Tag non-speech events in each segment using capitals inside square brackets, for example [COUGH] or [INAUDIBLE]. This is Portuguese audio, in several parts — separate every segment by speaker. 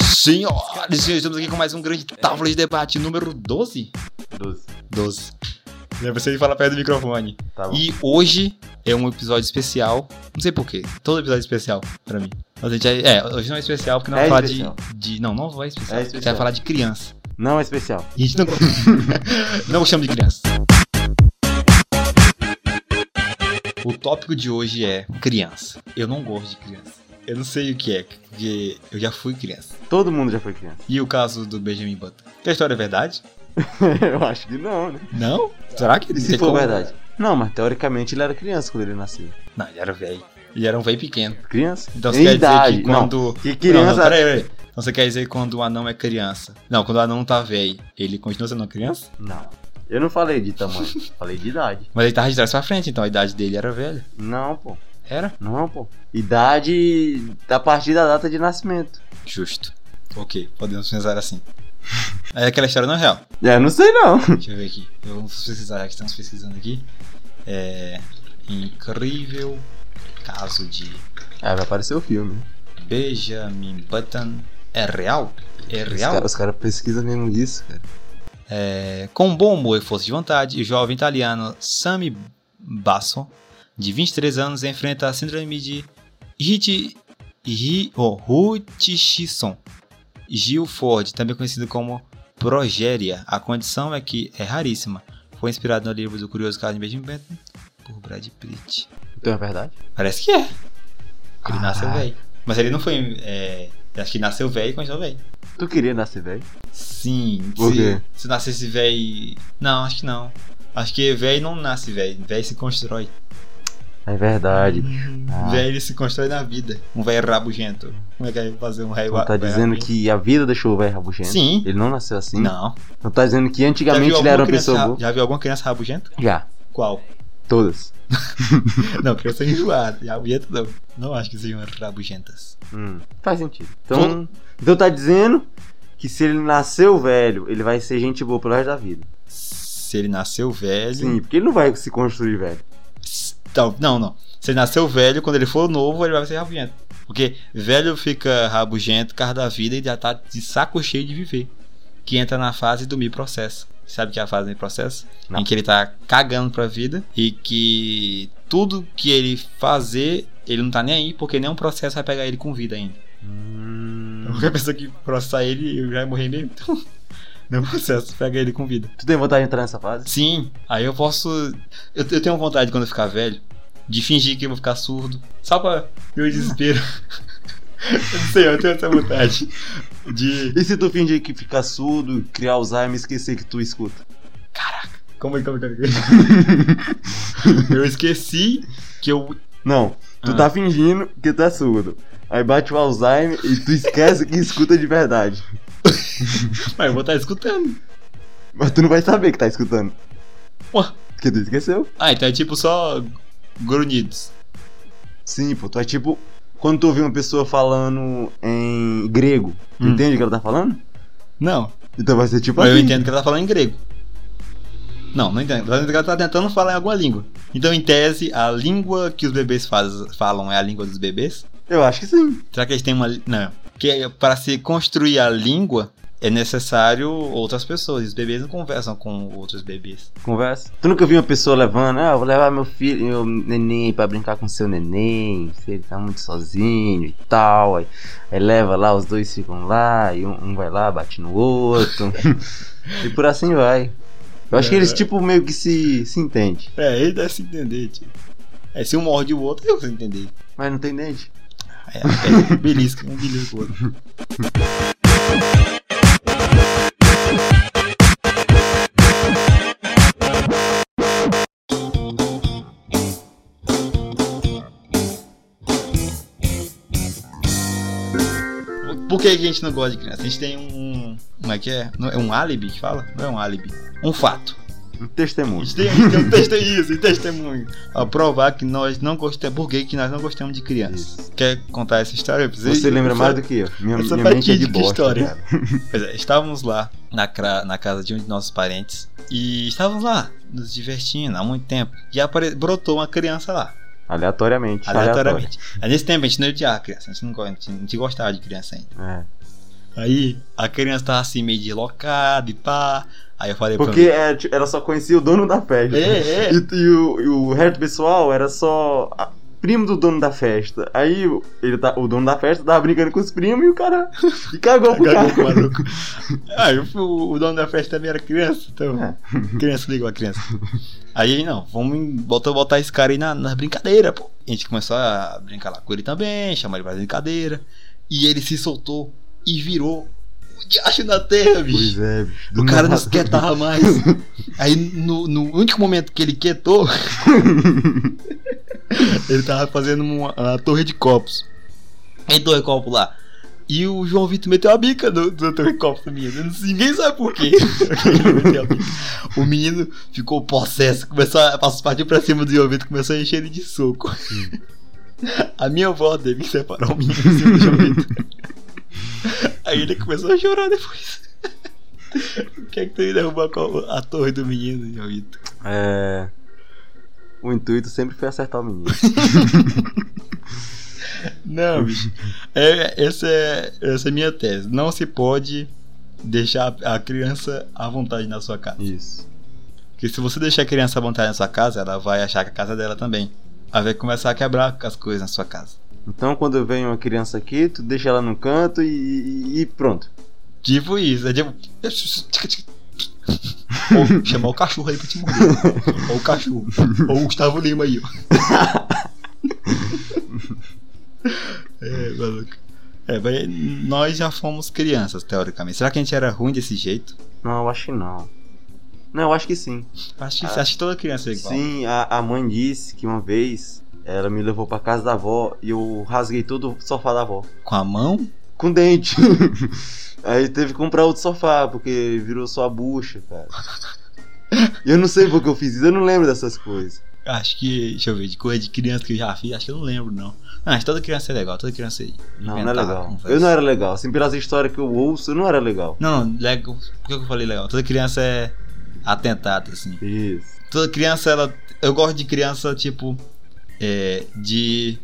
Speaker 1: Senhoras e senhores, estamos aqui com mais um grande tábua de debate número 12?
Speaker 2: 12.
Speaker 1: 12. Não é você que fala perto do microfone.
Speaker 2: Tá bom.
Speaker 1: E hoje é um episódio especial. Não sei porquê. Todo episódio é especial pra mim. Mas a gente vai- é, hoje não é especial porque não
Speaker 2: É
Speaker 1: vai falar de-
Speaker 2: especial.
Speaker 1: De, Não, não vai especial.
Speaker 2: É
Speaker 1: A gente vai
Speaker 2: especial.
Speaker 1: falar de criança.
Speaker 2: Não é especial.
Speaker 1: E a gente não. [LAUGHS] não chama de criança. O tópico de hoje é criança. Eu não gosto de criança. Eu não sei o que é, porque eu já fui criança.
Speaker 2: Todo mundo já foi criança. [LAUGHS]
Speaker 1: E o caso do Benjamin Button. Que a história é verdade?
Speaker 2: Eu acho que não, né?
Speaker 1: Não? Será que
Speaker 2: E
Speaker 1: ele
Speaker 2: se for é verdade? Não, mas teoricamente ele era criança quando ele nasceu.
Speaker 1: Não, ele era velho. Ele era um velho pequeno.
Speaker 2: Criança?
Speaker 1: Então
Speaker 2: Em
Speaker 1: você quer
Speaker 2: idade,
Speaker 1: dizer que
Speaker 2: não.
Speaker 1: quando.
Speaker 2: Que
Speaker 1: Não, não,
Speaker 2: criança.
Speaker 1: peraí, peraí. Então você quer dizer que quando o anão é criança? Não, quando o anão tá velho, ele continua sendo uma criança?
Speaker 2: Não, Eu não falei
Speaker 1: [LAUGHS]
Speaker 2: de tamanho, falei de idade.
Speaker 1: Mas ele tava de trás pra frente, então a idade dele era velha.
Speaker 2: Não, pô.
Speaker 1: Era?
Speaker 2: Não, pô. Idade a partir da data de nascimento.
Speaker 1: Justo. Ok, podemos pensar assim. Aí aquela história não é
Speaker 2: [LAUGHS]
Speaker 1: real.
Speaker 2: É, não sei não.
Speaker 1: Deixa eu ver aqui. Vamos pesquisar, já que estamos pesquisando aqui. É. Incrível caso de
Speaker 2: Ah, vai aparecer o filme.
Speaker 1: Benjamin Button é real? É
Speaker 2: Os
Speaker 1: real?
Speaker 2: caras cara pesquisam mesmo isso, cara.
Speaker 1: É, com bom humor e força de vontade, o jovem italiano Sami Basso, de 23 anos, enfrenta a síndrome de Hit, Hi, oh, Hutchinson. Gil Ford, também conhecido como Progéria. A condição é que é raríssima. Foi inspirado no livro do curioso caso de Benjamin Button por Brad Pitt.
Speaker 2: Então é verdade?
Speaker 1: Parece que é. Ele nasceu
Speaker 2: Caralho.
Speaker 1: velho. Mas ele não foi... é, acho que nasceu velho e continuou velho.
Speaker 2: Tu queria nascer velho?
Speaker 1: Sim,
Speaker 2: Por
Speaker 1: se,
Speaker 2: quê?
Speaker 1: se nascesse véi. Não, acho que não. Acho que véi não nasce véi. Véi se constrói. Uhum.
Speaker 2: É verdade. Ah.
Speaker 1: Véi ele se constrói na vida. Um véi rabugento. Como é que é fazer um véi
Speaker 2: Tu tá dizendo que a vida deixou o velho rabugento?
Speaker 1: Sim.
Speaker 2: Ele não nasceu assim?
Speaker 1: Não.
Speaker 2: Tu tá dizendo que
Speaker 1: Já viu
Speaker 2: antigamente ele
Speaker 1: alguma
Speaker 2: era uma
Speaker 1: criança
Speaker 2: pessoa
Speaker 1: ra-
Speaker 2: boa?
Speaker 1: Já viu alguma criança rabugenta?
Speaker 2: Já.
Speaker 1: Qual? [LAUGHS]
Speaker 2: Todas.
Speaker 1: não, criança enjoada. Rabugenta não. Não acho que sejam rabugentas.
Speaker 2: Hum, faz sentido. Então, então tá dizendo que se ele nasceu velho, ele vai ser gente boa pelo resto da vida.
Speaker 1: Se ele nasceu velho.
Speaker 2: Sim, porque ele não vai se construir velho.
Speaker 1: Tal- Não, não. Se ele nasceu velho, quando ele for novo, ele vai ser rabugento. Porque velho fica rabugento por causa da vida e já tá de saco cheio de viver. Que entra na fase do me processo. Sabe que é a fase do me processo?
Speaker 2: Não.
Speaker 1: Em que ele tá cagando pra vida e que tudo que ele fazer, ele não tá nem aí, porque nenhum processo vai pegar ele com vida ainda.
Speaker 2: Hum,
Speaker 1: Qualquer pessoa que processar ele, eu já ia morrer mesmo. Então, [LAUGHS] nenhum processo pega ele com vida.
Speaker 2: tu tem vontade de entrar nessa fase?
Speaker 1: Sim, aí eu posso. Eu, eu tenho vontade quando eu ficar velho de fingir que eu vou ficar surdo. Só pra meu desespero. [LAUGHS] eu não sei, eu tenho essa vontade. De.
Speaker 2: E se tu fingir que ficar surdo, criar Alzheimer e esquecer que tu escuta?
Speaker 1: Calma aí, calma aí, calma aí. Eu esqueci que eu.
Speaker 2: Não, tu
Speaker 1: Ah.
Speaker 2: tá fingindo que tu é surdo. Aí bate o Alzheimer e tu esquece que escuta de verdade.
Speaker 1: Mas eu vou estar escutando.
Speaker 2: Mas tu não vai saber que tá escutando.
Speaker 1: Ué.
Speaker 2: Porque tu esqueceu.
Speaker 1: Ah, então é tipo só grunhidos.
Speaker 2: Sim, pô, tu é tipo. Quando tu ouve uma pessoa falando em grego, tu
Speaker 1: Hum.
Speaker 2: entende o que ela tá falando?
Speaker 1: Não.
Speaker 2: Então vai ser tipo
Speaker 1: Mas eu
Speaker 2: assim.
Speaker 1: entendo que ela tá falando em grego. Não, não entendo. Ela ela tá tentando falar em alguma língua. Então, em tese, a língua que os bebês faz- falam é a língua dos bebês?
Speaker 2: Eu acho que sim.
Speaker 1: Será que eles têm uma. Não. Porque para se construir a língua é necessário outras pessoas. E Os bebês não conversam com outros bebês.
Speaker 2: Conversa. Tu nunca viu uma pessoa levando, ah, eu vou levar meu filho, meu neném pra brincar com seu neném, se ele tá muito sozinho e tal. Aí, aí leva lá, os dois ficam lá, e um, um vai lá, bate
Speaker 1: [LAUGHS]
Speaker 2: no outro. e por assim vai. Eu acho que eles,
Speaker 1: É.
Speaker 2: tipo, meio que se, se entendem.
Speaker 1: É, ele deve se entender, tio. É, se um morde o outro, eu se entender.
Speaker 2: Mas não tem dente.
Speaker 1: É, é um belisco, um belisco o outro. Por que que a gente não gosta de criança? A gente tem um. Como é que é? Não, é um álibi que fala? Não é um álibi. Um fato.
Speaker 2: Um
Speaker 1: A
Speaker 2: testemunho.
Speaker 1: gente tem, a gente tem um testemunho, isso, um testemunho. A provar que nós não gostamos. Por que que nós não gostamos de criança?
Speaker 2: Isso.
Speaker 1: Quer contar essa história? pra vocês?
Speaker 2: Você lembra
Speaker 1: Eu
Speaker 2: mais
Speaker 1: sou-
Speaker 2: do que eu. Minha,
Speaker 1: eu sou
Speaker 2: minha mente é de
Speaker 1: fatídica
Speaker 2: bosta.
Speaker 1: história.
Speaker 2: cara.
Speaker 1: Pois é, estávamos lá na, cra- na casa de um de nossos parentes e estávamos lá nos divertindo há muito tempo e apare- brotou uma criança lá,
Speaker 2: Aleatoriamente.
Speaker 1: aleatoriamente. Aí nesse tempo a gente não odiava criança, a gente não, go- a gente- a gente gostava de criança ainda.
Speaker 2: aleatório. É.
Speaker 1: Aí a criança tava assim meio deslocada e pá. Aí eu falei
Speaker 2: Porque
Speaker 1: pra
Speaker 2: era, tipo, ela só conhecia o dono da festa.
Speaker 1: mim. É, é.
Speaker 2: E, e o, e o resto do pessoal era só a- primo do dono da festa. Aí o- ele tá, o dono da festa tava brincando com os primos e o cara. [LAUGHS] E cagou pro cara.
Speaker 1: Cagou pro [LAUGHS] maluco. Aí Ah, eu fui- o dono da festa também era criança, então.
Speaker 2: É.
Speaker 1: [LAUGHS] Criança liga a criança. Aí não, vamos em- bota, botar esse cara aí na, na brincadeira, pô. A gente começou a brincar lá com ele também, chamar ele pra brincadeira. E ele se soltou e virou o diacho na terra, bicho.
Speaker 2: Pois é, bicho.
Speaker 1: o
Speaker 2: Do
Speaker 1: cara não
Speaker 2: nada.
Speaker 1: se quietava mais. [LAUGHS] Aí no, no único momento que ele quietou, [LAUGHS] ele tava fazendo uma, uma torre de copos. Em torre de copo lá. E o João Vitor meteu a bica do, do torre de copos do menino. Eu não sei- Ninguém sabe por [LAUGHS] quê. Ele meteu a bica. o menino ficou possesso, começou a passar partiu pra cima do João Vitor, começou a encher ele de soco. A minha avó teve que separar o menino em cima do João Vitor. Aí ele começou a chorar depois. [LAUGHS] Quer que tu ia derrubar qual- a torre do menino, João Vitor?
Speaker 2: [LAUGHS] É. O intuito sempre foi acertar o menino.
Speaker 1: Não, bicho. É, essa, é, essa é minha tese. Não se pode deixar a criança à vontade na sua casa.
Speaker 2: Isso.
Speaker 1: Porque se você deixar a criança à vontade na sua casa, ela vai achar que a casa é dela também. Aí vai começar a quebrar as coisas na sua casa.
Speaker 2: Então quando vem uma criança aqui, tu deixa ela num canto e, e- e pronto.
Speaker 1: Tipo isso, é tipo. Ou chamar o cachorro aí pra te morder. Ou o cachorro. Ou o Gustavo Lima aí,
Speaker 2: [LAUGHS]
Speaker 1: ó. É, maluco. É, mas nós já fomos crianças, teoricamente. Será que a gente era ruim desse jeito?
Speaker 2: Não, eu acho que não. Não, eu acho que sim.
Speaker 1: Acho que,
Speaker 2: Ah.
Speaker 1: acho que toda criança é igual.
Speaker 2: Sim, a, a mãe disse que uma vez ela me levou pra casa da avó e eu rasguei todo o sofá da avó.
Speaker 1: Com a mão?
Speaker 2: Com dente. [LAUGHS] Aí teve que comprar outro sofá, porque virou só a bucha, cara. E Eu não sei porque eu fiz isso, eu não lembro dessas coisas.
Speaker 1: Acho que, deixa eu ver, de coisa de criança que eu já fiz, acho que eu não lembro, não. Não, acho que toda criança é legal, toda criança é
Speaker 2: Não, não é
Speaker 1: inventada,
Speaker 2: legal.
Speaker 1: conversa.
Speaker 2: Eu não era legal. Assim, pelas histórias que eu ouço, eu não era legal.
Speaker 1: Não, não, legal. Por que eu falei legal? Toda criança é atentada, assim.
Speaker 2: Isso.
Speaker 1: Toda criança, ela. Eu gosto de criança, tipo. É, de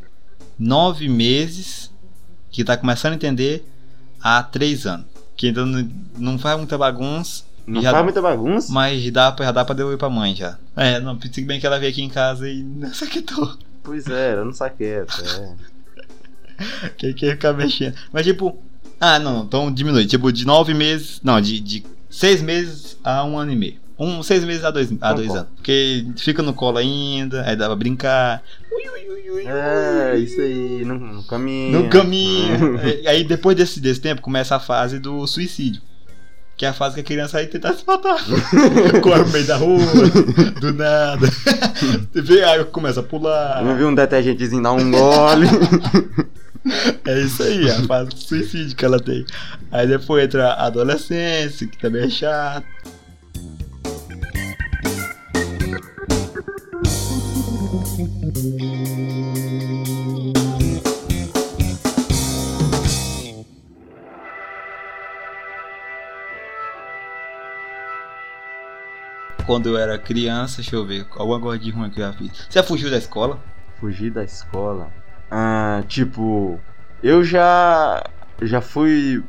Speaker 1: nove meses, que tá começando a entender, a três anos. Que ainda não, não faz muita bagunça,
Speaker 2: Não
Speaker 1: Já-
Speaker 2: faz muita bagunça?
Speaker 1: mas dá pra, já dá pra devolver pra mãe já. É, não, se bem que ela veio aqui em casa e [LAUGHS] não se quitou.
Speaker 2: Pois é, eu não saqueta. É.
Speaker 1: Que que ficar mexendo. Mas tipo. Ah, não, então diminui. Tipo, de nove meses. Não, de, de seis meses a um ano e meio. Um, seis meses a dois, a
Speaker 2: Concordo.
Speaker 1: dois anos. Porque fica no colo ainda, aí dá pra brincar. Ui, ui, ui, ui,
Speaker 2: É,
Speaker 1: ui.
Speaker 2: isso aí, não, não caminha.
Speaker 1: No caminho. [LAUGHS] É, aí depois desse, desse tempo começa a fase do suicídio. Que é a fase que a criança vai tentar se
Speaker 2: [LAUGHS]
Speaker 1: matar. Corre no meio da rua, do
Speaker 2: [LAUGHS]
Speaker 1: nada. Vê, aí começa a pular.
Speaker 2: Eu não vi um detergentezinho dar um [LAUGHS] gole.
Speaker 1: É isso aí, a [LAUGHS] fase do suicídio que ela tem. Aí depois entra a adolescência, que também é chato. Quando eu era criança, deixa eu ver, alguma coisa de ruim que eu já fiz. Você já fugiu da escola?
Speaker 2: Fugir da escola. Ah, tipo, eu já já fui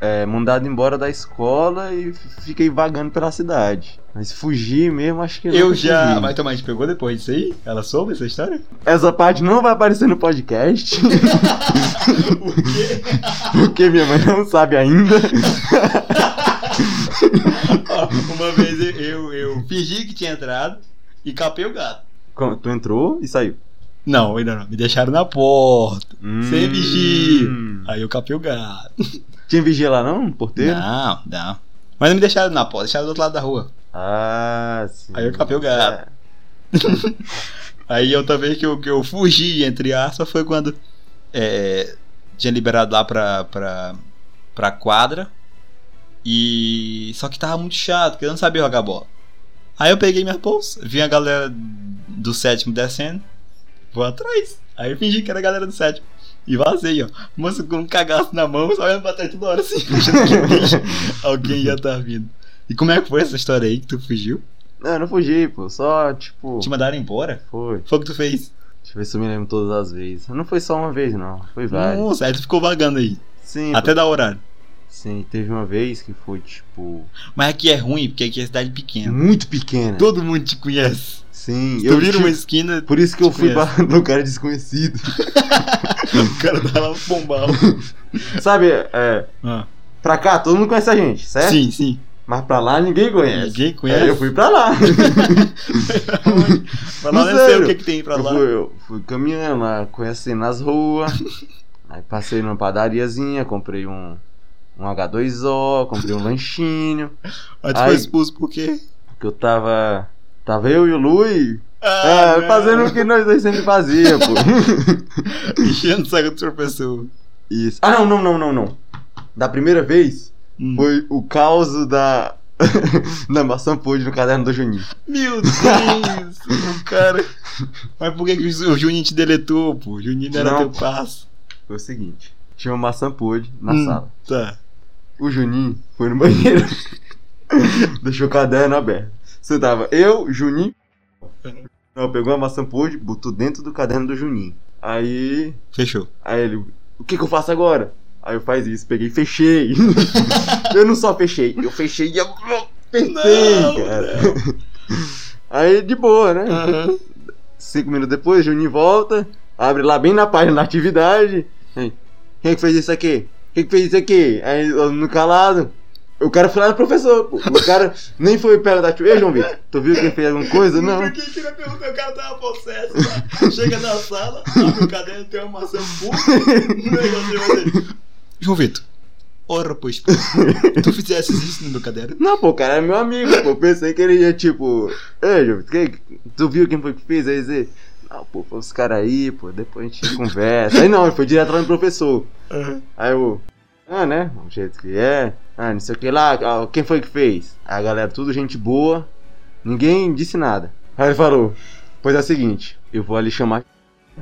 Speaker 2: é, mandado embora da escola e f- fiquei vagando pela cidade. Mas fugir mesmo, acho que
Speaker 1: Eu
Speaker 2: nunca
Speaker 1: já.
Speaker 2: fugi.
Speaker 1: Mas tua mãe te pegou depois disso aí? Ela soube essa história?
Speaker 2: Essa parte não vai aparecer no
Speaker 1: [LAUGHS]
Speaker 2: podcast,
Speaker 1: Por quê?
Speaker 2: porque minha mãe não sabe ainda.
Speaker 1: Ó, [LAUGHS] Uma vez eu, eu, eu fingi que tinha entrado e capei o gato.
Speaker 2: Como- Tu entrou e saiu.
Speaker 1: Não, ainda não. Me deixaram na porta. Sem
Speaker 2: Hum.
Speaker 1: vigia. Aí eu capei o gato.
Speaker 2: Tinha vigia lá não? Porteiro?
Speaker 1: Não, não. Mas não me deixaram na porta, deixaram do outro lado da rua.
Speaker 2: Ah, sim.
Speaker 1: Aí eu capei o gato.
Speaker 2: É.
Speaker 1: Aí eu também que eu, que eu fugi, entre aspas, foi quando é, tinha liberado lá pra, pra, pra quadra. E. Só que tava muito chato, porque eu não sabia jogar bola. Aí eu peguei minha bolsa, vi a galera do sétimo descendo, vou atrás. Aí eu fingi que era a galera do sétimo. E vazei, ó. Moço com um cagaço na mão, só olhando pra trás toda hora assim, [LAUGHS] achando que alguém- alguém ia estar vindo. E como é que foi essa história aí que tu fugiu?
Speaker 2: Não, eu não fugi, pô. Só, tipo.
Speaker 1: Te mandaram embora?
Speaker 2: Foi.
Speaker 1: Foi o que tu fez?
Speaker 2: Deixa eu ver se eu me lembro todas as vezes. Não foi só uma vez, não. Foi várias.
Speaker 1: Nossa, aí tu ficou vagando aí.
Speaker 2: Sim,
Speaker 1: Até dar horário.
Speaker 2: Sim, teve uma vez que foi tipo.
Speaker 1: Mas aqui é ruim, porque aqui é cidade pequena.
Speaker 2: Muito pequena.
Speaker 1: Todo mundo te conhece.
Speaker 2: Sim,
Speaker 1: Tu vira
Speaker 2: tive-
Speaker 1: uma esquina, [LAUGHS]
Speaker 2: Por isso que eu
Speaker 1: Te
Speaker 2: fui
Speaker 1: conhece.
Speaker 2: bar- [LAUGHS] no cara desconhecido.
Speaker 1: o cara tá lá no pombal.
Speaker 2: Sabe, é,
Speaker 1: Ah,
Speaker 2: pra cá todo mundo conhece a gente, certo?
Speaker 1: Sim, sim.
Speaker 2: Mas pra lá ninguém É? conhece.
Speaker 1: Ninguém
Speaker 2: Aí eu
Speaker 1: conhece.
Speaker 2: fui pra lá.
Speaker 1: [LAUGHS] Pra lá
Speaker 2: Não,
Speaker 1: eu não sei
Speaker 2: sério.
Speaker 1: o que, que tem pra
Speaker 2: eu,
Speaker 1: lá.
Speaker 2: fui, eu fui caminhando lá, conhecendo as
Speaker 1: [LAUGHS]
Speaker 2: ruas. aí passei numa padariazinha, comprei um, um H2O, comprei um lanchinho.
Speaker 1: Mas tu foi
Speaker 2: Ai.
Speaker 1: expulso por quê?
Speaker 2: Porque eu tava. Tava eu e o Lui
Speaker 1: Ah,
Speaker 2: é,
Speaker 1: não. [LAUGHS]
Speaker 2: fazendo o que nós dois sempre fazíamos, pô.
Speaker 1: Enchendo o saco do professor.
Speaker 2: Isso. Ah, não, não, não, não, não. Da primeira vez
Speaker 1: Hum.
Speaker 2: foi o caos da. [LAUGHS] da maçã pude no caderno do Juninho.
Speaker 1: Meu Deus, [LAUGHS] o cara. Mas por que, que o Juninho te deletou, pô? O Juninho não era
Speaker 2: Não.
Speaker 1: teu passo.
Speaker 2: Foi o seguinte: tinha uma maçã pude na
Speaker 1: Hum.
Speaker 2: sala.
Speaker 1: Tá.
Speaker 2: O Juninho foi no banheiro. [LAUGHS] Deixou o caderno aberto. Você tava eu, Juninho. Não, pegou a maçã pude, botou dentro do caderno do Juninho. Aí.
Speaker 1: Fechou.
Speaker 2: Aí ele. O que, que eu faço agora? Aí eu faz isso, peguei e fechei. [LAUGHS] eu não só fechei, eu fechei e eu. Apertei,
Speaker 1: Não,
Speaker 2: cara. [LAUGHS] Aí de boa, né? Cinco minutos depois, Juninho volta, abre lá bem na página da atividade. Aí, Quem é que fez isso aqui? Quem é que fez isso aqui? Aí eu, no calado. O cara foi lá no professor, pô. O cara nem foi perto da atividade. Ei, João Vitor, tu viu quem fez
Speaker 1: [LAUGHS]
Speaker 2: alguma coisa? Não.
Speaker 1: que que ele perguntou? O cara tava possesso. Cara. Chega na sala, abre o caderno, tem uma maçã puta. João Vitor, ora pois, pô. tu fizesse isso no meu caderno?
Speaker 2: Não, pô, o cara é meu amigo, pô. Eu pensei que ele ia, tipo... Ei, João Vitor, quem- tu viu quem foi que fez? Aí você... Não, pô, foi os caras aí, pô. Depois a gente conversa. Aí não, ele foi direto lá no professor.
Speaker 1: É.
Speaker 2: Aí eu, ah, né? O jeito que é, ah, não sei o que lá, ah, quem foi que fez? A galera, tudo gente boa, ninguém disse nada. Aí ele falou: Pois é o seguinte, eu vou ali chamar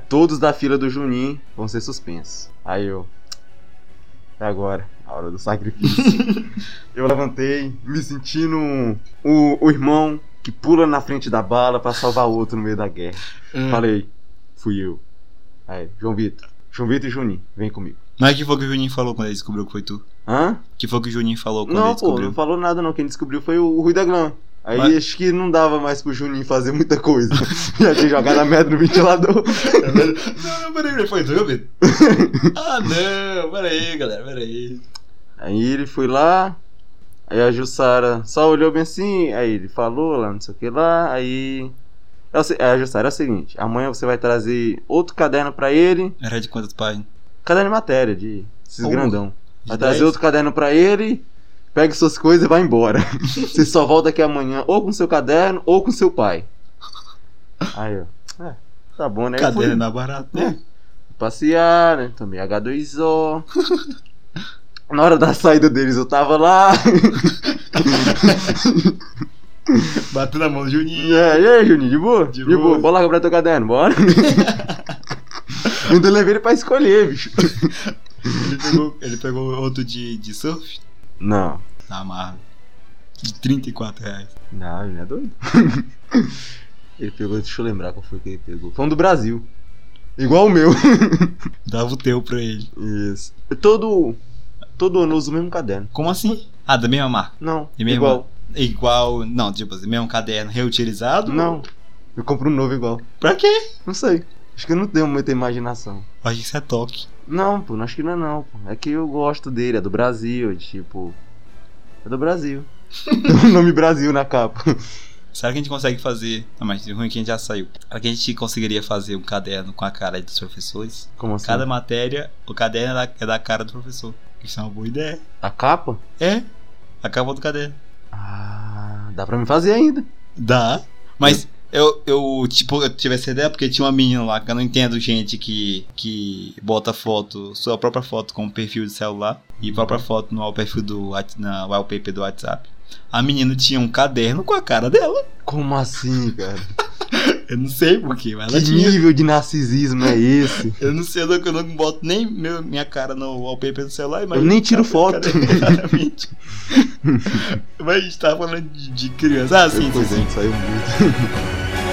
Speaker 2: todos da fila do Juninho, vão ser suspensos. Aí eu, é agora, a hora do sacrifício. eu levantei, me sentindo um- o, o irmão que pula na frente da bala pra salvar outro no meio da guerra.
Speaker 1: Hum.
Speaker 2: Falei: Fui eu. Aí, João Vitor, João Vitor e Juninho, vem comigo.
Speaker 1: Mas que foi que o Juninho falou quando ele descobriu que foi tu?
Speaker 2: Hã?
Speaker 1: Que foi que o Juninho falou quando ele
Speaker 2: Não, pô,
Speaker 1: descobriu?
Speaker 2: não falou nada não. Quem descobriu foi o, o Rui da Glam. Aí
Speaker 1: Mas-
Speaker 2: acho que não dava mais pro Juninho fazer muita coisa. [LAUGHS] Já tinha jogado a merda no ventilador.
Speaker 1: Não, não, peraí, peraí, foi tu, Vitor? ah, não, peraí, galera, peraí.
Speaker 2: Aí ele foi lá. Aí a Jussara só olhou bem assim. Aí ele falou lá, não sei o que lá. Aí. É o se- é, a Jussara é o seguinte: amanhã você vai trazer outro caderno pra ele.
Speaker 1: Era de quantas páginas?
Speaker 2: Caderno de matéria, de. Esses
Speaker 1: Oh,
Speaker 2: grandão.
Speaker 1: De
Speaker 2: Vai trazer
Speaker 1: dez?
Speaker 2: outro caderno pra ele. Pega suas coisas e vai
Speaker 1: [LAUGHS]
Speaker 2: embora. Você só volta aqui amanhã ou com seu caderno ou com seu pai. Aí eu. É, tá bom, né? Eu fui
Speaker 1: Caderno na barata, né?
Speaker 2: passear, né? Tomei H2O. Na hora da saída deles eu tava lá. [LAUGHS]
Speaker 1: Bateu na mão do Juninho.
Speaker 2: E aí, e aí, Juninho, de boa?
Speaker 1: De
Speaker 2: De,
Speaker 1: boa.
Speaker 2: boa. bora lá cobrar teu caderno,
Speaker 1: [LAUGHS]
Speaker 2: bora. Ainda levei ele pra escolher, bicho.
Speaker 1: Ele pegou, ele pegou outro de, de surf
Speaker 2: Não.
Speaker 1: na amarra. De 34 reais.
Speaker 2: Não, ele não é doido. [LAUGHS] ele pegou, deixa eu lembrar qual foi que ele pegou. Foi um do Brasil. Igual o meu. [LAUGHS]
Speaker 1: Dava o teu pra ele.
Speaker 2: Isso. É Todo. Todo ano eu uso o mesmo caderno.
Speaker 1: Como assim? Ah, da mesma marca.
Speaker 2: Não.
Speaker 1: E mesmo?
Speaker 2: Igual.
Speaker 1: Igual. Não, tipo assim, mesmo caderno reutilizado?
Speaker 2: Não. Eu compro um novo igual.
Speaker 1: Pra quê?
Speaker 2: Não sei. Acho que eu não tenho muita imaginação.
Speaker 1: Eu Acho que isso é toque.
Speaker 2: Não, pô, acho que não é não, pô. É que eu gosto dele, é do Brasil, tipo. É do Brasil. Tem o nome Brasil na capa.
Speaker 1: Será que a gente consegue fazer. Ah, mas o ruim é que a gente já saiu. Será que a gente conseguiria fazer um caderno com a cara dos professores?
Speaker 2: Como assim?
Speaker 1: Cada matéria, o caderno é da, é da cara do professor. Isso é uma boa ideia.
Speaker 2: A capa?
Speaker 1: É. Acabou do caderno.
Speaker 2: Ah, dá pra me fazer ainda.
Speaker 1: Dá. Mas eu, eu, tipo, eu tive essa ideia porque tinha uma menina lá, que eu não entendo gente que, que bota foto, sua própria foto com perfil de celular
Speaker 2: Uhum.
Speaker 1: e própria foto no perfil do What- na wallpaper do WhatsApp. A menina tinha um caderno com a cara dela.
Speaker 2: Como assim, cara?
Speaker 1: Eu não sei porquê, mas ela
Speaker 2: que
Speaker 1: tinha.
Speaker 2: nível de narcisismo é esse?
Speaker 1: Eu não sei, eu não, eu não boto nem meu- minha cara no wallpaper do celular.
Speaker 2: Eu
Speaker 1: imagina-
Speaker 2: nem tiro foto.
Speaker 1: Cadê- [LAUGHS]
Speaker 2: [LAUGHS]
Speaker 1: Exatamente. mas a gente tava falando de, de criança. Ah, sim, sim,
Speaker 2: Pois é,
Speaker 1: sim.
Speaker 2: saiu muito.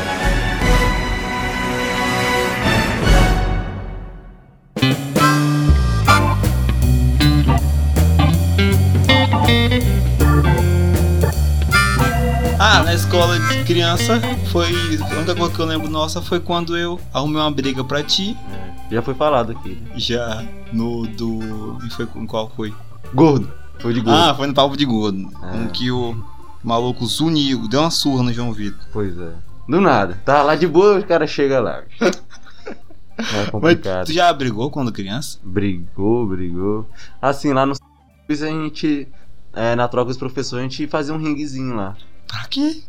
Speaker 1: Ah, na escola de criança foi. A única coisa que eu lembro nossa foi quando eu arrumei uma briga pra ti.
Speaker 2: É, já foi falado aqui. né?
Speaker 1: Já no do. Foi com qual foi?
Speaker 2: Gordo. Foi de gordo.
Speaker 1: Ah, foi no palco de gordo.
Speaker 2: Ah.
Speaker 1: Em que o maluco zuniu, deu uma surra no João Vitor.
Speaker 2: Pois é. Do nada. Tá lá de boa, os caras chegam lá. bicho. É complicado.
Speaker 1: Mas tu já brigou quando criança?
Speaker 2: Brigou, brigou. Assim, lá no s- a gente. é, na troca dos professores, a gente fazia um ringuezinho lá.
Speaker 1: Pra quê?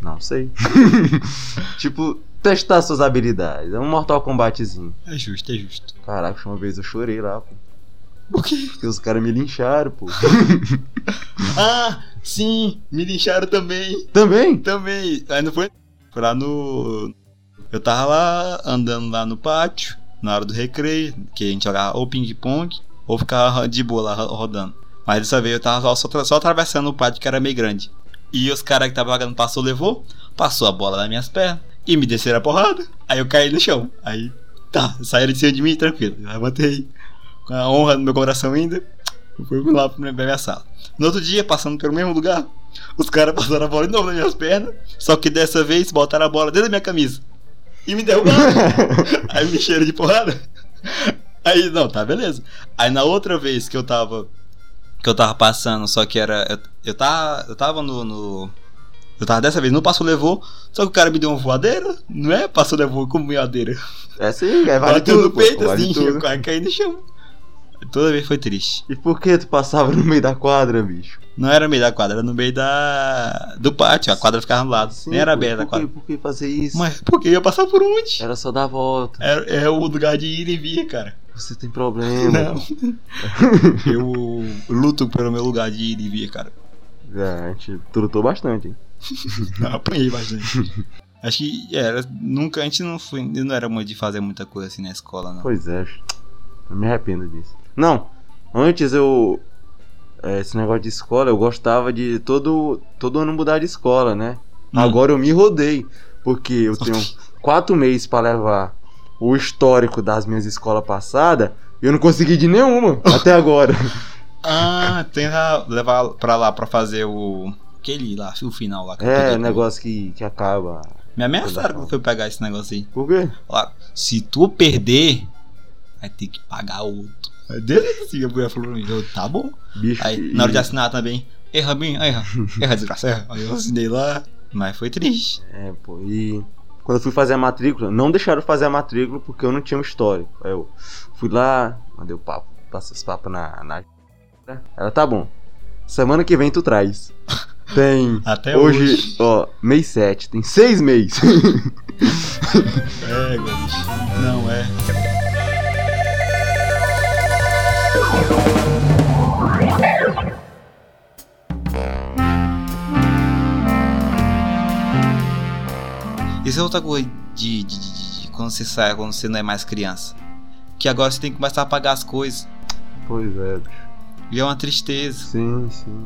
Speaker 2: Não sei. [LAUGHS] tipo, testar suas habilidades. É um Mortal Kombatzinho.
Speaker 1: É justo, é justo.
Speaker 2: Caraca, uma vez eu chorei lá, pô.
Speaker 1: Por quê?
Speaker 2: Porque os caras me lincharam, pô.
Speaker 1: Ah, sim, me lincharam também.
Speaker 2: Também? [LAUGHS]
Speaker 1: Também. Aí não foi? Foi lá no. Eu tava lá andando lá no pátio, na hora do recreio, que a gente jogava ou ping-pong ou ficava de boa lá ro- rodando. Mas dessa vez eu tava só, só, tra- só atravessando o pátio que era meio grande. E os caras que tava jogando passou, levou, passou a bola nas minhas pernas e me desceram a porrada. Aí eu caí no chão. Aí tá, saíram de cima de mim, tranquilo. Eu Levantei com a honra no meu coração ainda. Eu fui lá pra minha- pra minha sala. No outro dia, passando pelo mesmo lugar, os caras passaram a bola de novo nas minhas pernas. Só que dessa vez botaram a bola dentro da minha camisa. E me derrubaram. Aí me encheram de porrada. Aí, não, tá, beleza. Aí na outra vez que eu tava. Que eu tava passando, só que era. Eu, eu tava. Eu tava no, no- Eu tava dessa vez no passo levou. Só que o cara me deu uma voadeira, não é? Passou levou como voadeira.
Speaker 2: É assim, é, vale
Speaker 1: Bateu
Speaker 2: tudo,
Speaker 1: no
Speaker 2: pô.
Speaker 1: peito
Speaker 2: vale
Speaker 1: assim, eu
Speaker 2: tudo.
Speaker 1: quase caí no chão. Toda vez foi triste.
Speaker 2: E por que tu passava no meio da quadra, bicho?
Speaker 1: Não era no meio da quadra, era no meio da. do pátio. A quadra ficava do lado.
Speaker 2: Sim,
Speaker 1: Nem era
Speaker 2: pô,
Speaker 1: aberta a
Speaker 2: por que-
Speaker 1: quadra.
Speaker 2: Por que fazer isso?
Speaker 1: Mas por que eu ia passar por onde?
Speaker 2: Era só dar a volta.
Speaker 1: É, é o lugar de ir e vir, cara.
Speaker 2: Você tem problema.
Speaker 1: Não. [LAUGHS] eu luto pelo meu lugar de ir e vir, cara.
Speaker 2: É, a gente trutou bastante, hein?
Speaker 1: Eu apanhei bastante. Acho que era. Nunca, a gente não foi. Eu não era muito de fazer muita coisa assim na escola, não.
Speaker 2: Pois é, eu me arrependo disso. Não, antes eu. é, Esse negócio de escola, eu gostava de todo, todo ano mudar de escola, né?
Speaker 1: Hum.
Speaker 2: Agora eu me rodei, porque eu tenho quatro meses para levar o histórico das minhas escolas passadas e eu não consegui de
Speaker 1: [LAUGHS]
Speaker 2: nenhuma até agora.
Speaker 1: Ah, tenta levar pra lá pra fazer o. aquele lá, o final lá. que eu
Speaker 2: É,
Speaker 1: peguei.
Speaker 2: negócio que, que acaba.
Speaker 1: Me ameaçaram quando foi pegar esse negócio aí.
Speaker 2: Por quê?
Speaker 1: Ó, se tu perder, vai ter que pagar outro.
Speaker 2: É
Speaker 1: Aí Beleza, assim, a mulher falou pra mim, eu, tá bom.
Speaker 2: Bicho.
Speaker 1: Aí,
Speaker 2: e-
Speaker 1: na hora de assinar também, erra bem, erra, erra, desgraça, erra. Aí eu assinei lá, mas foi triste.
Speaker 2: É, pô, e quando eu fui fazer a matrícula, não deixaram eu fazer a matrícula porque eu não tinha um histórico. Aí eu fui lá, mandei o papo, passei os papos na, na. Ela tá bom. Semana que vem
Speaker 1: [LAUGHS]
Speaker 2: tu traz. Tem.
Speaker 1: Até
Speaker 2: hoje,
Speaker 1: É hoje.
Speaker 2: ó, mês 7, tem
Speaker 1: [LAUGHS]
Speaker 2: seis meses.
Speaker 1: É, bicho. Não é. Isso é outra coisa de, de- de- de- de quando você sai, quando você não é mais criança. Que agora você tem que começar a pagar as coisas.
Speaker 2: pois é,
Speaker 1: E é uma tristeza.
Speaker 2: sim, sim.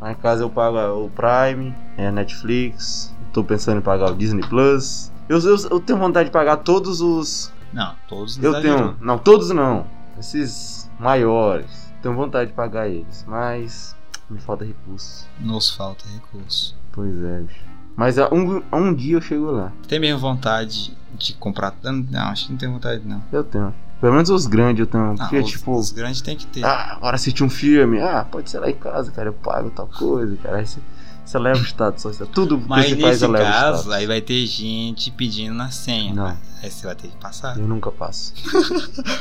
Speaker 2: Lá em casa eu pago o Prime, é a Netflix, tô pensando em pagar o Disney Plus. Eu, eu, eu tenho vontade de pagar todos os
Speaker 1: Não, todos
Speaker 2: Eu
Speaker 1: exageram.
Speaker 2: tenho. Não, todos não. Esses maiores. Tenho vontade de pagar eles, mas me falta recurso.
Speaker 1: Nos falta recurso.
Speaker 2: Pois é, bicho. Mas a- um, a um dia eu chego lá.
Speaker 1: Tem mesmo vontade de comprar. Não, acho que não tem vontade, não.
Speaker 2: Eu tenho. Pelo menos os grandes eu tenho.
Speaker 1: Ah,
Speaker 2: Porque,
Speaker 1: os,
Speaker 2: tipo,
Speaker 1: os grandes tem que ter.
Speaker 2: ah, bora assistir um filme. Ah, pode ser lá em casa, cara. Eu pago tal coisa, cara. Aí você, você leva o estado só. Isso. Tudo que
Speaker 1: Mas
Speaker 2: você faz,
Speaker 1: nesse
Speaker 2: eu levo o
Speaker 1: caso,
Speaker 2: estado.
Speaker 1: aí vai ter gente pedindo na senha.
Speaker 2: tá. Não,
Speaker 1: Aí você vai ter que passar.
Speaker 2: eu nunca passo.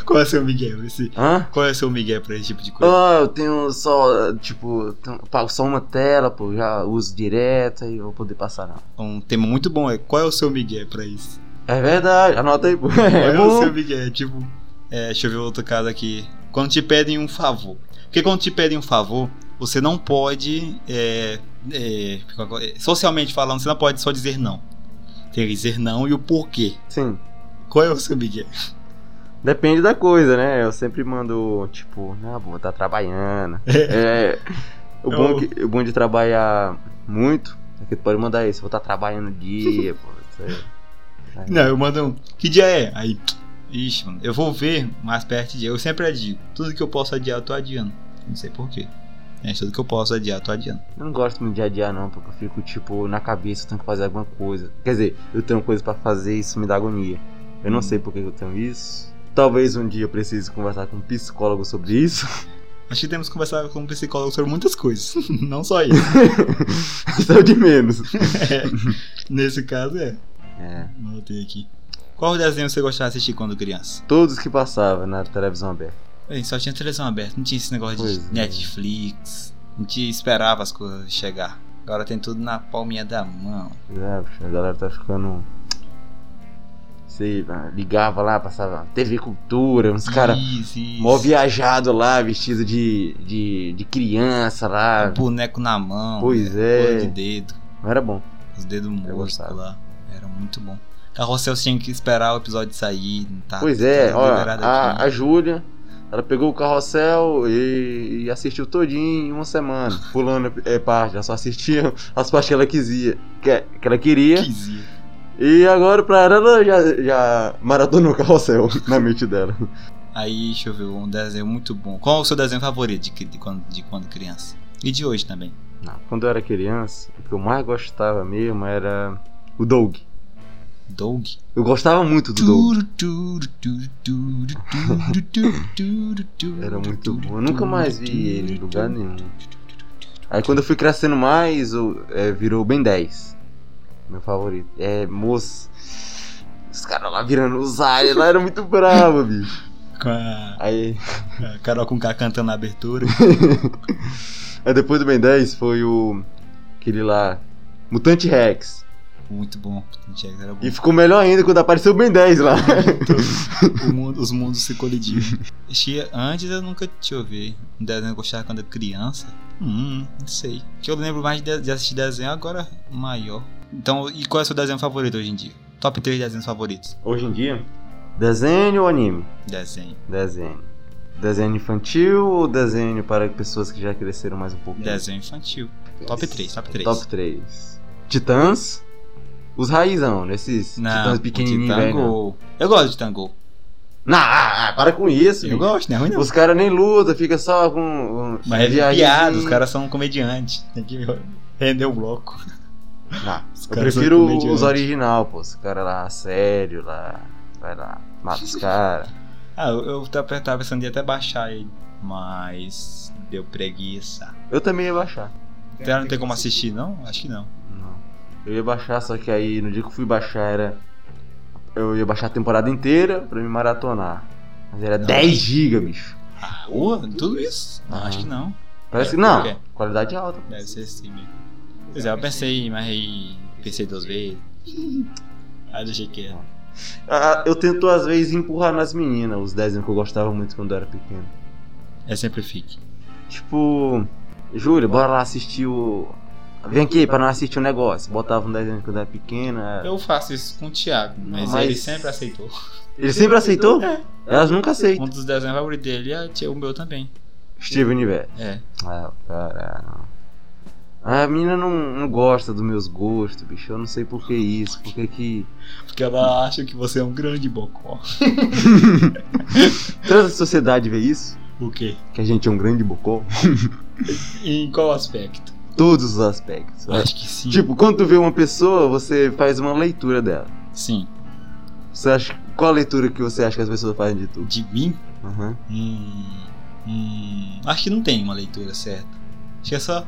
Speaker 1: Qual é o seu Miguel? Esse...
Speaker 2: Hã?
Speaker 1: Qual é o seu Miguel pra esse tipo de coisa?
Speaker 2: Ah, eu tenho só, tipo, tenho- pago só uma tela, pô, já uso direto e vou poder passar não.
Speaker 1: Um tema muito bom é qual é o seu Miguel pra isso?
Speaker 2: É verdade, anota aí, pô.
Speaker 1: Qual
Speaker 2: [LAUGHS] É
Speaker 1: é o
Speaker 2: bom.
Speaker 1: seu Miguel? É Tipo, é, deixa eu ver outro caso aqui. Quando te pedem um favor. Porque quando te pedem um favor, você não pode. é, é, socialmente falando, você não pode só dizer não. Tem que dizer não e o porquê.
Speaker 2: Sim,
Speaker 1: Qual é o seu Miguel?
Speaker 2: depende da coisa, né? Eu sempre mando, tipo, ah, vou tá trabalhando. É, o, bom
Speaker 1: Eu-
Speaker 2: que- o bom de trabalhar muito é que tu pode mandar isso, vou tá trabalhando o dia, [LAUGHS] pô. isso aí.
Speaker 1: Não, eu mando um. Que dia é? Aí. Ixi, mano, eu vou ver mais perto de. Eu sempre adigo. Tudo que eu posso adiar, eu tô adiando. Não sei porquê. É, tudo que eu posso adiar, eu tô adiando.
Speaker 2: Eu não gosto muito de adiar, não, porque eu fico, tipo, na cabeça, eu tenho que fazer alguma coisa. Quer dizer, eu tenho coisa pra fazer e isso me dá agonia. Eu não sei por que eu tenho isso. Talvez um dia eu precise conversar com um psicólogo sobre isso. [LAUGHS]
Speaker 1: Acho que temos que conversar com um psicólogo sobre muitas coisas, [LAUGHS] não só isso.
Speaker 2: isso é o de menos.
Speaker 1: É. Nesse caso, é.
Speaker 2: É.
Speaker 1: Anotei aqui. Qual desenho você gostava de assistir quando criança?
Speaker 2: Todos que passavam na televisão aberta.
Speaker 1: Bem, só tinha televisão aberta, não tinha esse negócio de
Speaker 2: Pois é.
Speaker 1: Netflix, não tinha, esperava as coisas chegar. Agora tem tudo na palminha da mão.
Speaker 2: É, bicho, a galera tá ficando. Sei, lá, ligava lá, passava TV Cultura, uns caras
Speaker 1: Isso, isso.
Speaker 2: mó viajado lá, vestido de, de, de criança lá.
Speaker 1: Um boneco na mão.
Speaker 2: Pois
Speaker 1: né? Olho de
Speaker 2: é,
Speaker 1: dedo,
Speaker 2: não era bom.
Speaker 1: os dedos mortos
Speaker 2: gostava.
Speaker 1: lá. Era muito bom. Carrossel tinha que esperar o episódio sair, não tá?
Speaker 2: Pois é,
Speaker 1: tá
Speaker 2: ó,
Speaker 1: liberado
Speaker 2: a,
Speaker 1: aqui.
Speaker 2: a Júlia, ela pegou o carrossel e, e assistiu todinho em uma [LAUGHS] semana, pulando é, parte, ela só assistia as partes que ela quisia, que, que ela queria.
Speaker 1: 15.
Speaker 2: E agora pra ela, ela já, já maratonou o carrossel [LAUGHS] na mente dela.
Speaker 1: Aí, deixa eu ver, um desenho muito bom. Qual é o seu desenho favorito de, cri- de quando, de quando criança? E de hoje também.
Speaker 2: Não, quando eu era criança, o que eu mais gostava mesmo era o Doug.
Speaker 1: Doug?
Speaker 2: Eu gostava muito do Doug.
Speaker 1: Turu, turu, turu, turu, turu, turu, turu, turu,
Speaker 2: [LAUGHS] Era muito
Speaker 1: turu,
Speaker 2: bom. Eu nunca mais vi
Speaker 1: turu,
Speaker 2: ele em
Speaker 1: turu,
Speaker 2: lugar
Speaker 1: turu,
Speaker 2: nenhum.
Speaker 1: turu, turu.
Speaker 2: Aí quando eu fui crescendo mais, eu, é, virou Ben 10. Meu favorito. É, moço. Os caras lá virando os aliens lá eram muito bravos, bicho.
Speaker 1: Com a,
Speaker 2: Aí,
Speaker 1: a Carol com K cantando na abertura.
Speaker 2: aí depois do Ben 10 foi o. aquele lá. Mutante Rex.
Speaker 1: Muito bom. Jack Era bom.
Speaker 2: E ficou melhor ainda quando apareceu o Ben 10 lá.
Speaker 1: O mundo- os mundos se colidiam. Achei- Antes eu nunca deixa eu ver um desenho que eu gostava quando era criança. Hum, não sei. Que eu lembro mais de, de assistir desenho agora maior. Então, e qual é o seu desenho favorito hoje em dia? Top 3 desenhos favoritos.
Speaker 2: [LAUGHS] Hoje em dia? Desenho ou anime?
Speaker 1: Desenho.
Speaker 2: Desenho. Desenho infantil ou desenho para pessoas que já cresceram mais um pouco?
Speaker 1: Desenho infantil. Top 3, top 3.
Speaker 2: Top 3. Titãs. Os raizão, né? Esses
Speaker 1: Não,
Speaker 2: titãs pequenininhos. né? velho, Não,
Speaker 1: Tango. Eu gosto de Tango.
Speaker 2: Não, ah, ah, para com isso.
Speaker 1: Eu
Speaker 2: bicho.
Speaker 1: gosto, não é ruim não.
Speaker 2: Os caras nem lutam, fica só com. com
Speaker 1: Mas é
Speaker 2: viagem.
Speaker 1: piada, os caras são comediantes. Tem que render o bloco.
Speaker 2: Não,
Speaker 1: Os
Speaker 2: eu
Speaker 1: caras são
Speaker 2: prefiro
Speaker 1: comediantes.
Speaker 2: os original, pô. Os caras lá, sério, lá. Vai lá, mata os caras.
Speaker 1: Ah, eu, eu tava tava pensando em até baixar ele, mas deu preguiça.
Speaker 2: Eu também ia baixar.
Speaker 1: Então não tem como assistir, não? Acho que não.
Speaker 2: Não. Eu ia baixar, só que aí no dia que eu fui baixar era. Eu ia baixar a temporada inteira pra me maratonar. Mas era
Speaker 1: Não.
Speaker 2: 10 GB, bicho.
Speaker 1: Ah, ô, tudo isso? Não,
Speaker 2: Ah.
Speaker 1: acho que não.
Speaker 2: Parece que.
Speaker 1: É,
Speaker 2: Não,
Speaker 1: por quê?
Speaker 2: qualidade alta.
Speaker 1: Deve ser assim mesmo. Pois é, eu pensei, mas aí pensei duas vezes. Aí deixei quieto.
Speaker 2: Ah, eu tento às vezes empurrar nas meninas os desenhos que eu gostava muito quando eu era pequeno.
Speaker 1: É sempre fique.
Speaker 2: Tipo, Júlio, bora lá assistir o. Vem aqui pra não assistir o negócio. Botava um desenho quando eu era é. pequena.
Speaker 1: Eu faço isso com o Thiago, mas,
Speaker 2: Mas-
Speaker 1: ele sempre aceitou.
Speaker 2: Ele sempre aceitou?
Speaker 1: É.
Speaker 2: Elas nunca aceitam.
Speaker 1: Um dos desenhos favoritos dele é o meu também.
Speaker 2: Steven Universo.
Speaker 1: É.
Speaker 2: Ah, caralho. A menina não, não gosta dos meus gostos, bicho. Eu não sei por que isso. Por que que.
Speaker 1: Porque ela acha que você é um grande bocó.
Speaker 2: Toda a sociedade vê isso?
Speaker 1: O quê?
Speaker 2: Que a gente é um grande bocó?
Speaker 1: Em qual aspecto?
Speaker 2: Todos os aspectos. né?
Speaker 1: Acho que sim.
Speaker 2: Tipo, quando tu vê uma pessoa, você faz uma leitura dela.
Speaker 1: Sim.
Speaker 2: Você acha, qual a leitura que você acha que as pessoas fazem de tudo?
Speaker 1: De mim?
Speaker 2: Aham.
Speaker 1: Hum, hum, acho que não tem uma leitura certa. Acho que é só.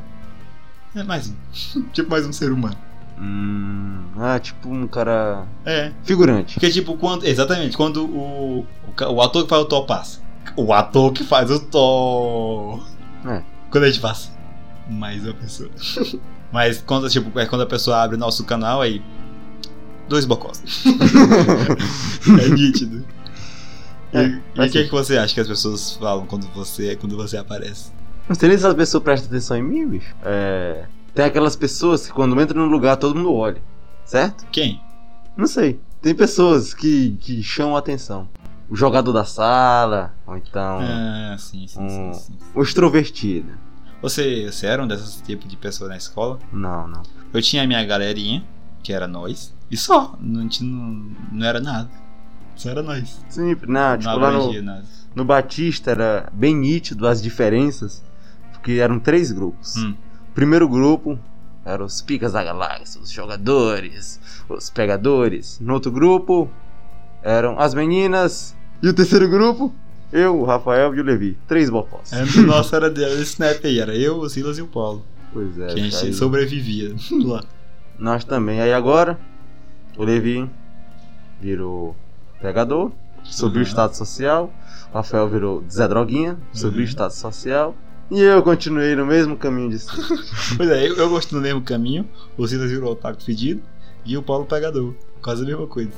Speaker 1: É mais um. [LAUGHS] tipo, mais um ser humano.
Speaker 2: Hum, ah, tipo um cara.
Speaker 1: É.
Speaker 2: Figurante.
Speaker 1: Porque, tipo, quando. Exatamente, quando o. O, ca- o ator que faz o Thor passa. O ator que faz o Thor.
Speaker 2: É.
Speaker 1: Quando a gente passa. Mais uma
Speaker 2: [LAUGHS]
Speaker 1: pessoa. Mas quando, tipo, é quando a pessoa abre o nosso canal, aí. Dois bocós.
Speaker 2: [LAUGHS]
Speaker 1: é nítido. E-
Speaker 2: É,
Speaker 1: e o
Speaker 2: mas
Speaker 1: que,
Speaker 2: sim.
Speaker 1: que você acha que as pessoas falam quando você, quando você aparece?
Speaker 2: Não sei nem se as pessoas prestam atenção em mim, bicho. É. Tem aquelas pessoas que quando entra num lugar todo mundo olha, certo?
Speaker 1: Quem?
Speaker 2: Não sei. Tem pessoas que, que chamam a atenção. O jogador da sala, ou então.
Speaker 1: Ah, sim, sim, sim,
Speaker 2: um-
Speaker 1: sim.
Speaker 2: O extrovertido.
Speaker 1: Você, você era um desses tipos de pessoa na escola?
Speaker 2: Não, não.
Speaker 1: Eu tinha a minha galerinha, que era nós, e só. Não, a gente não, não era nada. Só era nós.
Speaker 2: Sempre. Não, tipo,
Speaker 1: não
Speaker 2: lá no,
Speaker 1: abrangia nada.
Speaker 2: no Batista era bem nítido as diferenças. Porque eram três grupos.
Speaker 1: Hum.
Speaker 2: Primeiro grupo eram os picas da galáxia, os jogadores, os pegadores. No outro grupo eram as meninas. E o terceiro grupo, eu, o Rafael e o Levi. Três bofós.
Speaker 1: Antes [LAUGHS] do nosso É, era de- era esse snap aí, era eu, o Silas e o Paulo.
Speaker 2: Pois é.
Speaker 1: que a gente
Speaker 2: cara.
Speaker 1: sobrevivia [LAUGHS] lá.
Speaker 2: Nós também. Aí agora, o Levi virou pegador, subiu o
Speaker 1: Uhum.
Speaker 2: estado social. O Rafael virou Zé Droguinha, subiu
Speaker 1: Uhum.
Speaker 2: o estado social. E eu continuei no mesmo caminho de sempre.
Speaker 1: Pois é, eu, eu gosto do mesmo caminho, o Silas virou o Otaku Fedido e o Paulo Pegador. Quase a mesma coisa.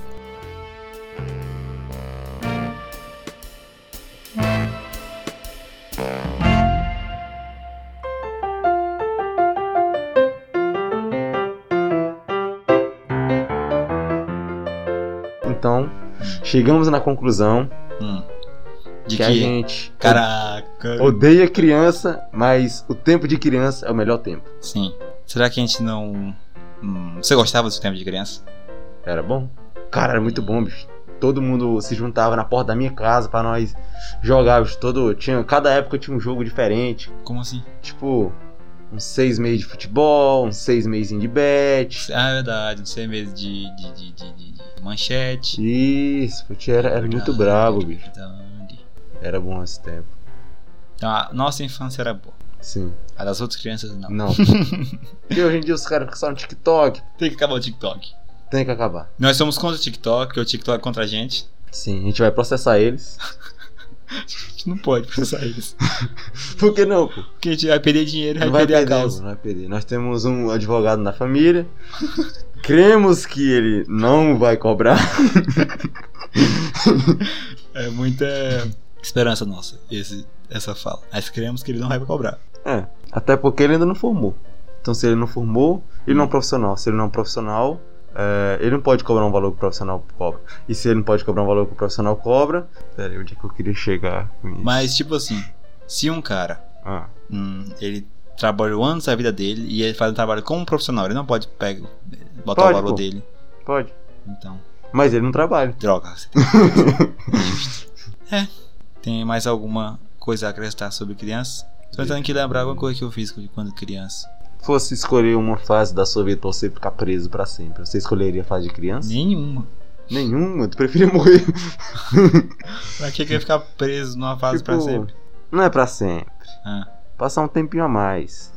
Speaker 2: Então, chegamos na conclusão
Speaker 1: Hum. De que,
Speaker 2: que, a gente
Speaker 1: caraca.
Speaker 2: odeia criança, mas o tempo de criança é o melhor tempo.
Speaker 1: Sim. Será que a gente não. Hum, você gostava do tempo de criança?
Speaker 2: Era bom? Cara, era muito bom, bicho. Todo mundo se juntava na porta da minha casa pra nós jogar, bicho. Todo, tinha, cada época tinha um jogo diferente.
Speaker 1: Como assim?
Speaker 2: Tipo, uns seis meses de futebol, uns seis meses de bet.
Speaker 1: Ah, é verdade, não sei mesmo de, de, de, de- de- de manchete.
Speaker 2: Isso, putz, era, era muito brabo, bicho.
Speaker 1: Verdade.
Speaker 2: Era bom esse tempo.
Speaker 1: Então, a nossa infância era boa.
Speaker 2: Sim.
Speaker 1: A das outras crianças, não. [LAUGHS]
Speaker 2: Não. e hoje em dia os caras que só no TikTok
Speaker 1: Tem que acabar o TikTok.
Speaker 2: tem que acabar.
Speaker 1: Nós somos contra o TikTok, o TikTok é contra a gente.
Speaker 2: Sim, a gente vai
Speaker 1: [LAUGHS]
Speaker 2: processar eles.
Speaker 1: A gente não pode processar [LAUGHS] isso.
Speaker 2: Por que não, pô?
Speaker 1: Porque a gente vai perder dinheiro e vai,
Speaker 2: Não vai
Speaker 1: perder,
Speaker 2: perder,
Speaker 1: a causa.
Speaker 2: não vai perder. Nós temos um advogado
Speaker 1: [LAUGHS]
Speaker 2: na família. Cremos que ele não vai cobrar.
Speaker 1: É muita esperança nossa, esse, essa fala. Mas queremos que ele não vai cobrar.
Speaker 2: É, até porque ele ainda não formou. Então, se ele não formou, ele não é um profissional. Se ele não é um profissional, é, ele não pode cobrar um valor que o profissional cobra. E se ele não pode cobrar um valor que o profissional cobra. Pera aí, onde é que eu queria chegar com isso?
Speaker 1: Mas, tipo assim, se um cara,
Speaker 2: Ah,
Speaker 1: hum, ele trabalhou anos da vida dele e ele faz um trabalho como profissional, ele não pode pega, botar
Speaker 2: Pode,
Speaker 1: o valor
Speaker 2: pô.
Speaker 1: dele.
Speaker 2: pode.
Speaker 1: Então,
Speaker 2: Mas ele não trabalha.
Speaker 1: droga. Você tem... [LAUGHS] é. Tem mais alguma coisa a acrescentar sobre criança? Tô tentando que lembrar alguma coisa que eu fiz quando criança.
Speaker 2: Se fosse escolher uma fase da sua vida pra você ficar preso pra sempre, você escolheria a fase de criança?
Speaker 1: Nenhuma.
Speaker 2: Nenhuma, tu preferia morrer.
Speaker 1: Pra que que eu ia ficar preso numa [LAUGHS] fase pra
Speaker 2: Tipo,
Speaker 1: sempre?
Speaker 2: Não é pra sempre.
Speaker 1: Ah.
Speaker 2: Passar um tempinho a mais.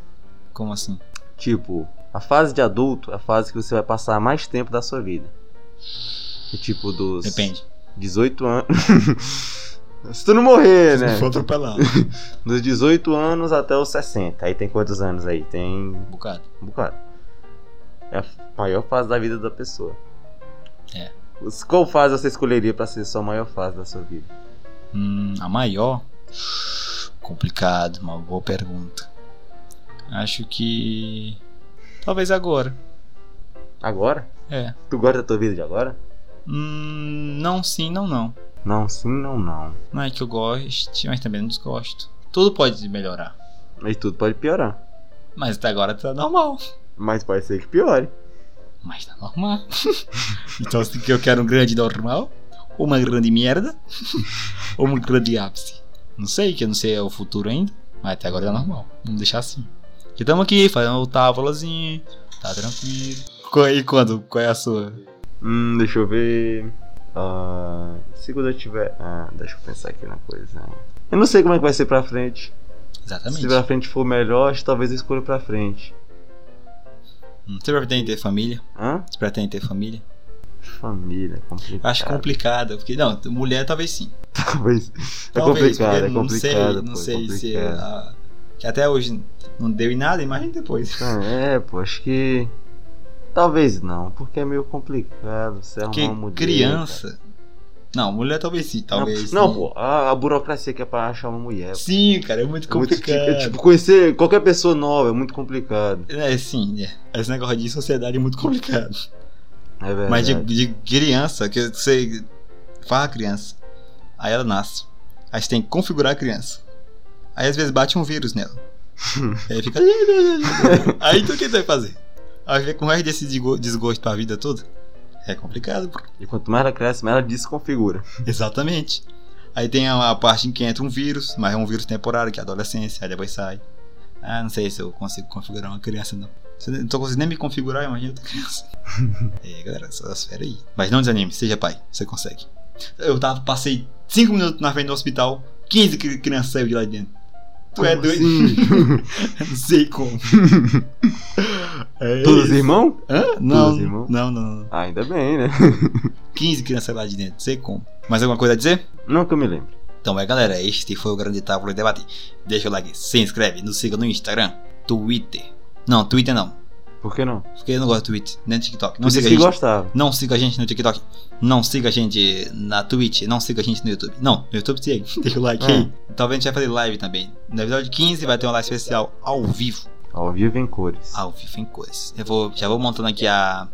Speaker 1: Como assim?
Speaker 2: Tipo, a fase de adulto é a fase que você vai passar mais tempo da sua vida. E tipo, dos
Speaker 1: Depende.
Speaker 2: 18 anos. [LAUGHS] Se tu não morrer, né?
Speaker 1: Se for atropelado.
Speaker 2: Dos 18 anos até os 60. Aí tem quantos anos aí? Tem.
Speaker 1: Um bocado.
Speaker 2: Um bocado. É a maior fase da vida da pessoa.
Speaker 1: É.
Speaker 2: Os- Qual fase você escolheria pra ser sua maior fase da sua vida?
Speaker 1: Hum, a maior? Complicado, uma boa pergunta. Acho que. Talvez agora.
Speaker 2: Agora?
Speaker 1: É.
Speaker 2: Tu gosta da tua vida de agora?
Speaker 1: Hum, não, sim, não, não.
Speaker 2: Não, sim, não, não.
Speaker 1: Não é que eu goste, mas também não desgosto. Tudo pode melhorar.
Speaker 2: Mas tudo pode piorar.
Speaker 1: Mas até agora tá normal.
Speaker 2: Mas pode ser que piore.
Speaker 1: Mas tá normal. [LAUGHS] então, se eu quero um grande normal, ou uma grande merda, [LAUGHS] ou um grande ápice. Não sei, que eu não sei é o futuro ainda, mas até agora tá normal. Vamos deixar assim. E tamo aqui, fazendo o tábulazinho, tá tranquilo. Co- E quando? Qual é a sua?
Speaker 2: Hum, deixa eu ver. Ah, se quando eu tiver. Ah, deixa eu pensar aqui na coisa. Eu não sei como é que vai ser pra frente.
Speaker 1: Exatamente.
Speaker 2: Se pra frente for melhor, acho que talvez eu escolha pra frente.
Speaker 1: Hum, Você pretende ter família?
Speaker 2: Hã?
Speaker 1: Você pretende ter família?
Speaker 2: Família, é complicado.
Speaker 1: Acho complicado, porque. Não, mulher talvez sim.
Speaker 2: Talvez. [LAUGHS] É
Speaker 1: Talvez,
Speaker 2: complicado,
Speaker 1: porque
Speaker 2: é
Speaker 1: não
Speaker 2: complicado.
Speaker 1: sei, não
Speaker 2: pô, é
Speaker 1: sei se.
Speaker 2: complicado.
Speaker 1: ah, que até hoje não deu em nada, imagina depois.
Speaker 2: Ah, É, pô, acho que. Talvez não, porque é meio complicado. Você arrumar
Speaker 1: Porque
Speaker 2: uma mulher. cara.
Speaker 1: criança. Não, mulher talvez sim, talvez.
Speaker 2: Não, não,
Speaker 1: sim.
Speaker 2: pô, a, a burocracia que é pra achar uma mulher. pô.
Speaker 1: Sim, cara, é muito
Speaker 2: É muito-
Speaker 1: complicado.
Speaker 2: é, tipo, conhecer qualquer pessoa nova é muito complicado.
Speaker 1: É, sim, é. Esse negócio de sociedade é muito complicado.
Speaker 2: É verdade.
Speaker 1: Mas de, de criança, que você fala a criança, aí ela nasce. Aí você tem que configurar a criança. Aí às vezes bate um vírus
Speaker 2: [LAUGHS]
Speaker 1: nela. E aí fica. aí tu o que tu vai fazer? Aí fica com mais desse desgo- desgosto pra vida toda. É complicado, pô.
Speaker 2: E quanto mais ela cresce, mais ela desconfigura.
Speaker 1: Exatamente. Aí tem a, a parte em que entra um vírus, mas é um vírus temporário, que é a adolescência, aí depois sai. Ah, não sei se eu consigo configurar uma criança, não. Se eu Não tô conseguindo nem me configurar, imagina outra criança.
Speaker 2: [LAUGHS]
Speaker 1: é, galera, só espera aí. Mas não desanime, seja pai, você consegue. Eu tava, passei 5 minutos na frente do hospital, 15 cri- crianças saiu de lá de dentro. Tu é
Speaker 2: Como
Speaker 1: doido?
Speaker 2: assim?
Speaker 1: [LAUGHS]
Speaker 2: [LAUGHS]
Speaker 1: não sei como. É
Speaker 2: Todos
Speaker 1: isso.
Speaker 2: irmãos?
Speaker 1: Hã? Não,
Speaker 2: Todos irmãos?
Speaker 1: não, não, não.
Speaker 2: Ah, ainda bem, né?
Speaker 1: 15 crianças saíram lá de dentro, não sei como. Mais alguma coisa a dizer?
Speaker 2: Não que eu me lembro.
Speaker 1: Então é galera, este foi o Grande Távola de Debate. Deixa o like, se inscreve, nos siga no Instagram, Twitter. Não, Twitter não.
Speaker 2: Por que não?
Speaker 1: Porque eu não gosto de Twitter, nem de TikTok. Não
Speaker 2: Não
Speaker 1: siga
Speaker 2: disse
Speaker 1: a
Speaker 2: que
Speaker 1: gente.
Speaker 2: gostava.
Speaker 1: Não siga a gente no TikTok. Não siga a gente na Twitch. Não siga a gente no YouTube. Não, no YouTube siga. [LAUGHS] Deixa o like
Speaker 2: É.
Speaker 1: aí. Talvez a gente vai fazer live também. No episódio 15 vai ter uma live especial ao vivo.
Speaker 2: Ao vivo em cores.
Speaker 1: Ao vivo em cores. Eu vou, já vou montando aqui a,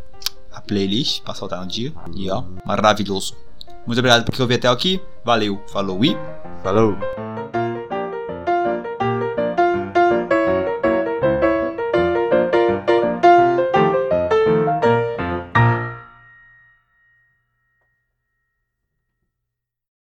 Speaker 1: a playlist pra soltar no dia. E ó, maravilhoso. Muito obrigado por que ouvir até aqui. Valeu, falou e.
Speaker 2: Falou.